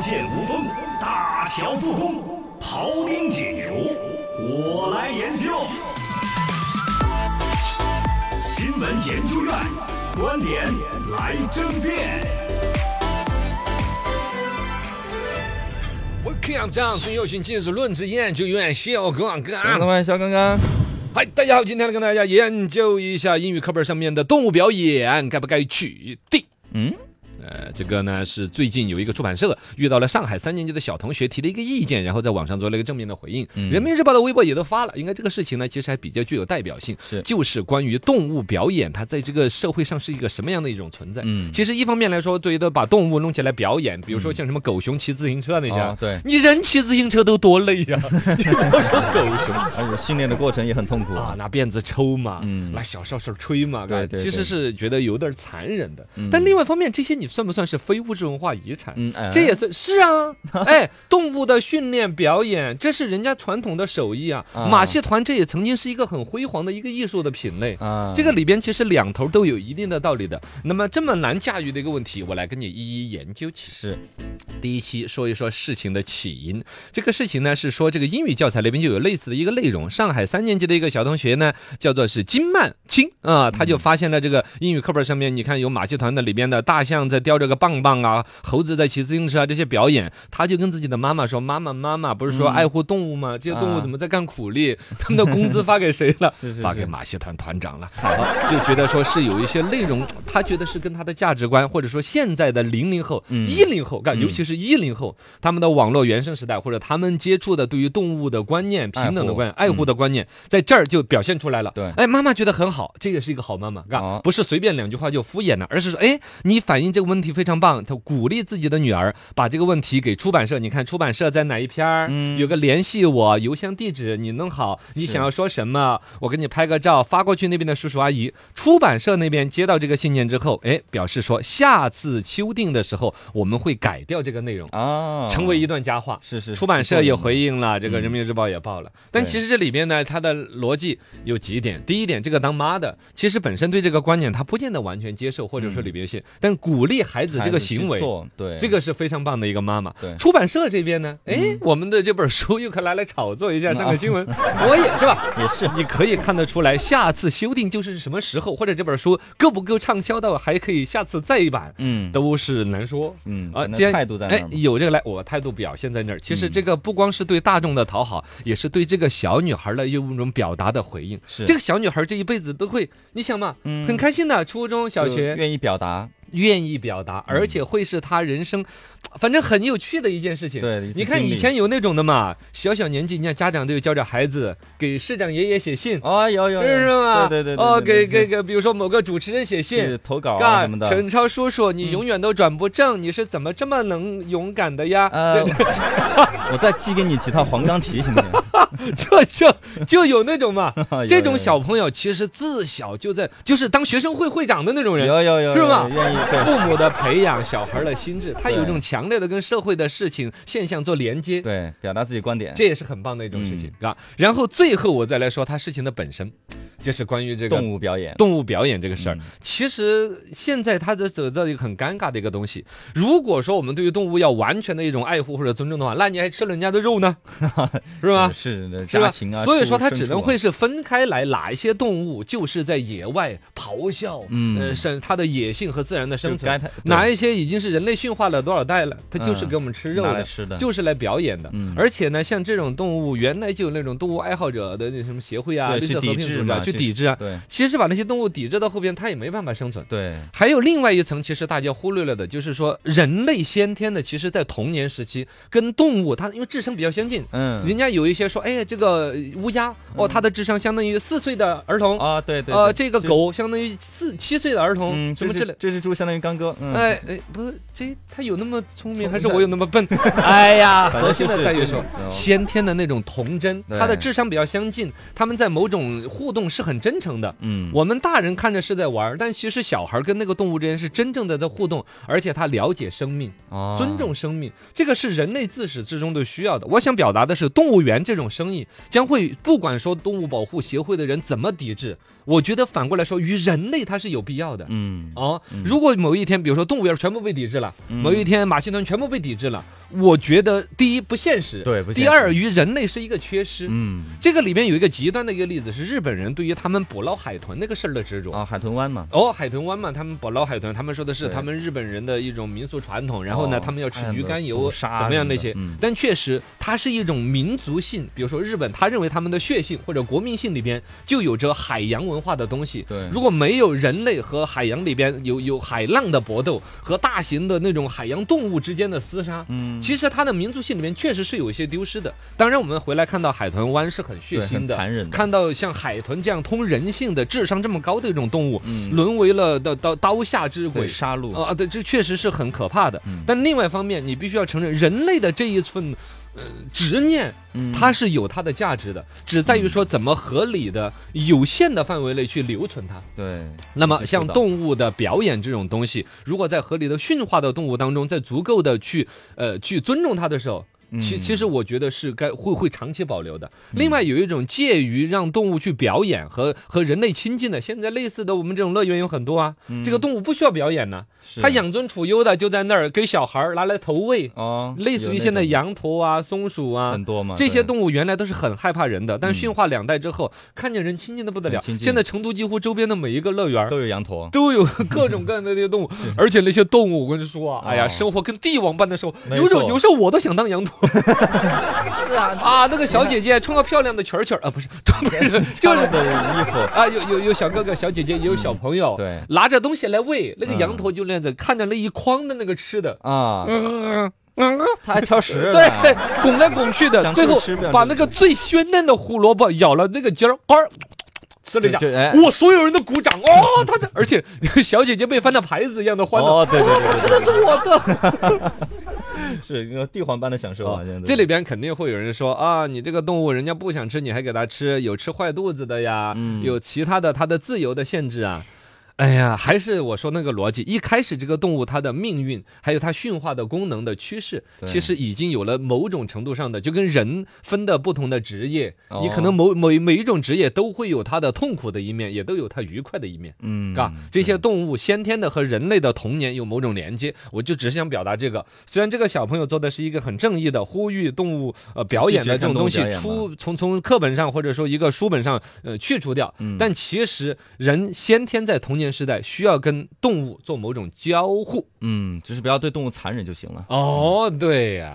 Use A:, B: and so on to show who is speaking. A: 剑无锋，大桥复工，庖丁解牛，我来研究。新闻研究院观点来争辩。
B: Welcome，掌声有请今日论资研究院小刚
C: 小
B: 刚。
C: 刚，小刚刚，
B: 嗨，大家好，今天来跟大家研究一下英语课本上面的动物表演该不该取缔。
C: 嗯，
B: 呃，这个呢是最近有一个出版社遇到了上海三年级的小同学提了一个意见，然后在网上做了一个正面的回应。
C: 嗯
B: 人民日报的微博也都发了，应该这个事情呢其实还比较具有代表性，
C: 是
B: 就是关于动物表演，它在这个社会上是一个什么样的一种存在。
C: 嗯
B: 其实一方面来说，对于的把动物弄起来表演，比如说像什么狗熊骑自行车那些啊。
C: 哦对，
B: 你人骑自行车都多累呀、你不说狗熊
C: 而且训练的过程也很痛苦
B: 啊，
C: 啊。
B: 拿鞭子抽嘛，
C: 嗯
B: 拿小哨哨吹嘛，
C: 对
B: 啊
C: 对
B: 其实
C: 对
B: 是觉得有点残忍的。
C: 嗯
B: 但另外一方面，这些你算不算是非物质文化遗产？
C: 嗯，哎
B: 这也 是是啊，哎，动物的训练表演，这是人家传统的手艺啊。
C: 啊
B: 马戏团这也曾经是一个很辉煌的一个艺术的品类。
C: 啊，
B: 这个里边其实两头都有一定的道理的。那么这么难驾驭的一个问题，我来跟你一一研究起。
C: 是
B: 第一期说一说事情的起因。这个事情呢是说这个英语教材里面就有类似的一个内容。上海三年级的一个小同学呢，叫做是金曼青
C: 嗯
B: 啊，他就发现了这个英语课本上面，你看有马戏团的里边的大象在叼着个棒棒啊，猴子在骑自行车啊这些表演，他就跟自己的妈妈说：“妈妈，妈妈，不是说爱护动物吗？这些动物
C: 嗯啊
B: 怎么在干苦力？他们的工资发给谁了？
C: 是是
B: 发给
C: 是
B: 马戏团团长了。”就觉得说是有一些内容， 他觉得是跟他的价值观，或者说现在的零零后、
C: 嗯
B: 一零后，干
C: 嗯
B: 尤其是一零后，他们的网络原生时代，或者他们接触的对于动物的观念、
C: 爱
B: 平等的
C: 护
B: 观念、爱护的观念，在这儿就表现出来了。
C: 哎嗯对
B: 哎，妈妈觉得很好，这也是一个好妈妈，干
C: 哦
B: 不是随便两句话就敷衍了，而是说，哎，你反映这个问题非常棒，他鼓励自己的女儿把这个问题给出版社，你看出版社在哪一篇儿，
C: 嗯
B: 有个联系我邮箱地址，你弄好，你
C: 是
B: 想要说什么，我给你拍个照发过去那边的叔叔阿姨。出版社那边接到这个信件之后，哎，表示说下次修订的时候我们会改掉这个内容，
C: 啊，
B: 成为一段佳话。
C: 是是
B: 出版社也回
C: 忆，
B: 应了，这个
C: 嗯
B: 人民日报也报了。但
C: 对
B: 其实这里边呢，它的逻辑有几点。第一点，这个当妈的其实本身对这个观念他不见得完全接受，或者说
C: 嗯
B: 里边有些，但鼓励孩子这个行为
C: 孩子去。做对
B: 这个是非常棒的一个妈妈。
C: 对嗯
B: 出版社这边呢，哎，我们的这本书又可以拿来炒作 一下，上个新闻，我也是吧？
C: 也是
B: 你可以看得出来，下次修订就是什么时候，或者这本书够不够畅销到还可以下次再版，
C: 嗯
B: 都是难说。
C: 嗯
B: 啊
C: 可能
B: 既然
C: 态度在那
B: 哎
C: 儿，嘛，
B: 有这个来，我态度表现在那儿。其实
C: 嗯
B: 这个不光是对大众的讨好，也是对这个小女孩的一种表达的回应。
C: 是
B: 这个小女孩这一辈子都会，你想嘛，
C: 嗯
B: 很开心的，初中小
C: 就
B: 学
C: 愿意表达，
B: 愿意表达，
C: 嗯
B: 而且会是他人生，反正很有趣的一件事情。
C: 对一次
B: 你看
C: 经历
B: 以前有那种的嘛，小小年纪，人家家长都有教着孩子给市长爷爷写信，
C: 哦，有有有
B: 是吗？
C: 对对对对，
B: 哦，给
C: 对对
B: 给给，比如说某个主持人写
C: 去
B: 信。
C: 投稿啊什
B: 干
C: 么，的，嗯
B: 陈超叔叔，你永远都转不正，你是怎么这么能勇敢的呀？
C: 呃，我再寄给你几套黄冈题行不行？
B: 这这就有那种嘛
C: 有，
B: 这种小朋友其实自小就在，就是当学生会会长的那种 人，
C: 有有有，
B: 是
C: 有
B: 吧
C: 愿意对
B: 父母的培养小孩的心智，他有一种强烈的跟社会的事情现象做连接，
C: 对嗯表达自己观点，
B: 这也是很棒的一种事情啊。然后最后我再来说他事情的本身，就是关于这个
C: 动物表演，
B: 动物表演这个事儿
C: 嗯。
B: 其实现在他这走到一个很尴尬的一个东西。如果说我们对于动物要完全的一种爱护或者尊重的话，那你还吃了人家的肉呢， 是吧？
C: 是的，
B: 是
C: 家
B: 吧
C: 禽啊，？
B: 所以说
C: 畜
B: 它
C: 牲
B: 只
C: 畜
B: 能
C: 啊
B: 会是分开来，哪一些动物就是在野外咆哮，
C: 嗯
B: 呃，是它的野性和自然的生
C: 就该
B: 存
C: 它。对
B: 哪一些已经是人类驯化了多少代了，它就是
C: 嗯
B: 给我们吃肉
C: 拿
B: 的
C: 来。吃的，
B: 就是来表演的
C: 嗯，
B: 而且呢，像这种动物，原来就有那种动物爱好者的那什么协会啊、
C: 对
B: 绿
C: 去
B: 色和
C: 抵
B: 平
C: 制
B: 组织啊
C: 嘛
B: 去
C: 这
B: 抵制啊。
C: 对
B: 其实把那些动物抵制到后边，它也没办法生存。
C: 对，
B: 还有另外一层，其实大家忽略了的，就是说人类先天的，其实在童年时期跟动物它因为智商比较相近，
C: 嗯，
B: 人家有一些说，哎，这个乌鸦哦，它的智商相当于四岁的儿童，
C: 啊，对对，
B: 呃，
C: 对
B: 这个
C: 就
B: 狗相当于四七岁的儿童，
C: 嗯，
B: 什
C: 这
B: 么之类
C: 只。这只猪相当于刚哥，嗯，
B: 哎哎，不是，这它有那么聪明，
C: 聪
B: 还是
C: 明
B: 我有那么 笨？哎呀，
C: 反
B: 核
C: 正
B: 心
C: 就
B: 的
C: 是
B: 在于说，
C: 嗯
B: 先天的那种童真，
C: 对
B: 他的智商比较相近，他们在某种互动是很真诚的。
C: 嗯，
B: 我们大人看着是在玩儿，但其实小孩跟那个动物之间是真正的在互动，而且他了解生命。
C: 啊
B: 尊重生命，这个是人类自始至终都需要的。我想表达的是，动物园这种生意将会不管说动物保护协会的人怎么抵制，我觉得反过来说，于人类它是有必要的。
C: 嗯，
B: 哦，如果某一天，比如说动物园全部被抵制了，
C: 嗯
B: 某一天马戏团全部被抵制了，我觉得第一不现实，
C: 对不现实
B: 第二于人类是一个缺失。
C: 嗯，
B: 这个里面有一个极端的一个例子是日本人对于他们捕捞海豚那个事儿的执着。
C: 啊，海豚湾嘛，
B: 哦，海豚湾嘛，他们捕捞海豚，他们说的是
C: 对
B: 他们日本人的一种民俗传统，然后呢，
C: 哦
B: 他们要吃
C: 哎
B: 鱼
C: 那
B: 肝油，
C: 捕杀
B: 怎么样
C: 什
B: 那
C: 么的
B: 些
C: 嗯？
B: 但确实，它是一种民族性，比如说日本，他认为他们的血性或者国民性里边就有着海洋文化的东西。
C: 对
B: 如果没有人类和海洋里边有有海浪的搏斗和大型的那种海洋动物之间的厮杀，
C: 嗯，
B: 其实它的民族性里面确实是有一些丢失的。当然，我们回来看到海豚湾是很血
C: 对
B: 腥
C: 很
B: 的、
C: 残忍的
B: 看到像海豚这样通人性的、智商这么高的一种动物，
C: 嗯
B: 沦为了的刀刀下之鬼
C: 对。杀戮，
B: 啊、对，这确实是很可怕的。
C: 嗯
B: 但另外一方面，你必须要承认，人类的这一份。呃，执念
C: 嗯
B: 它是有它的价值的，只在于说怎么合理的、有限的范围内去留存它。
C: 对，
B: 那么
C: 接触
B: 像
C: 到
B: 动物的表演这种东西，如果在合理的驯化的动物当中，在足够的去呃去尊重它的时候。其
C: 嗯
B: 其实我觉得是该会会长期保留的。另外有一种介于让动物去表演和和人类亲近的，现在类似的我们这种乐园有很多啊。这个动物不需要表演呢，
C: 嗯是
B: 它养尊处优的就在那儿给小孩儿拿来投喂，
C: 哦，
B: 类似
C: 有
B: 于
C: 那
B: 现在
C: 种
B: 羊驼啊、松鼠啊，
C: 很多嘛，
B: 这些
C: 对
B: 动物原来都是很害怕人的，但
C: 嗯
B: 驯化两代之后，看见人亲近的不得了。
C: 很亲近
B: 现在成都几乎周边的每一个乐园儿
C: 都有羊驼，
B: 都有各种各样的那些动物，而且那些动物，我跟你说啊，哎呀，
C: 哦
B: 生活跟帝王般的生活，
C: 没
B: 有种
C: 错
B: 有时候我都想当羊驼。是啊，啊，那个小姐姐穿个漂亮的裙儿裙儿啊，不是，不是，就
C: 他
B: 是
C: 们的衣服，
B: 啊，有有有小哥哥、小姐姐，也有小朋友，
C: 对
B: 拿着东西来喂那个
C: 嗯
B: 羊驼，就那样子看着那一筐的那个吃的，
C: 啊，
B: 嗯嗯嗯。，
C: 他还挑食哎
B: 对，拱来拱去的，
C: 想
B: 最
C: 吃
B: 后
C: 吃不了
B: 把
C: 这
B: 那
C: 个
B: 个最鲜嫩的胡萝卜咬了那个尖儿，呱儿吃了一下
C: 就就哎，
B: 我所有人都鼓掌哦， 他这，而且小姐姐被翻到牌子一样的欢乐，
C: 哦，对对对
B: 这是我的。
C: 对，是一个帝皇般的享受啊，现在都
B: 哦这里边肯定会有人说啊，你这个动物人家不想吃，你还给它吃，有吃坏肚子的呀，
C: 嗯
B: 有其他的它的自由的限制啊。哎呀，还是我说那个逻辑，一开始这个动物它的命运，还有它驯化的功能的趋势，
C: 对
B: 其实已经有了某种程度上的，就跟人分的不同的职业，
C: 哦
B: 你可能某某每一种职业都会有它的痛苦的一面，也都有它愉快的一面。
C: 嗯，
B: 嘎，啊这些动物先天的和人类的童年有某种连接，我就只想表达这个。虽然这个小朋友做的是一个很正义的呼吁动物呃表演的这种东西
C: 拒绝看动物表
B: 出从从课本上或者说一个书本上呃去除掉，
C: 嗯
B: 但其实人先天在童年时代需要跟动物做某种交互。
C: 嗯嗯，只是不要对动物残忍就行了。
B: 哦，对呀、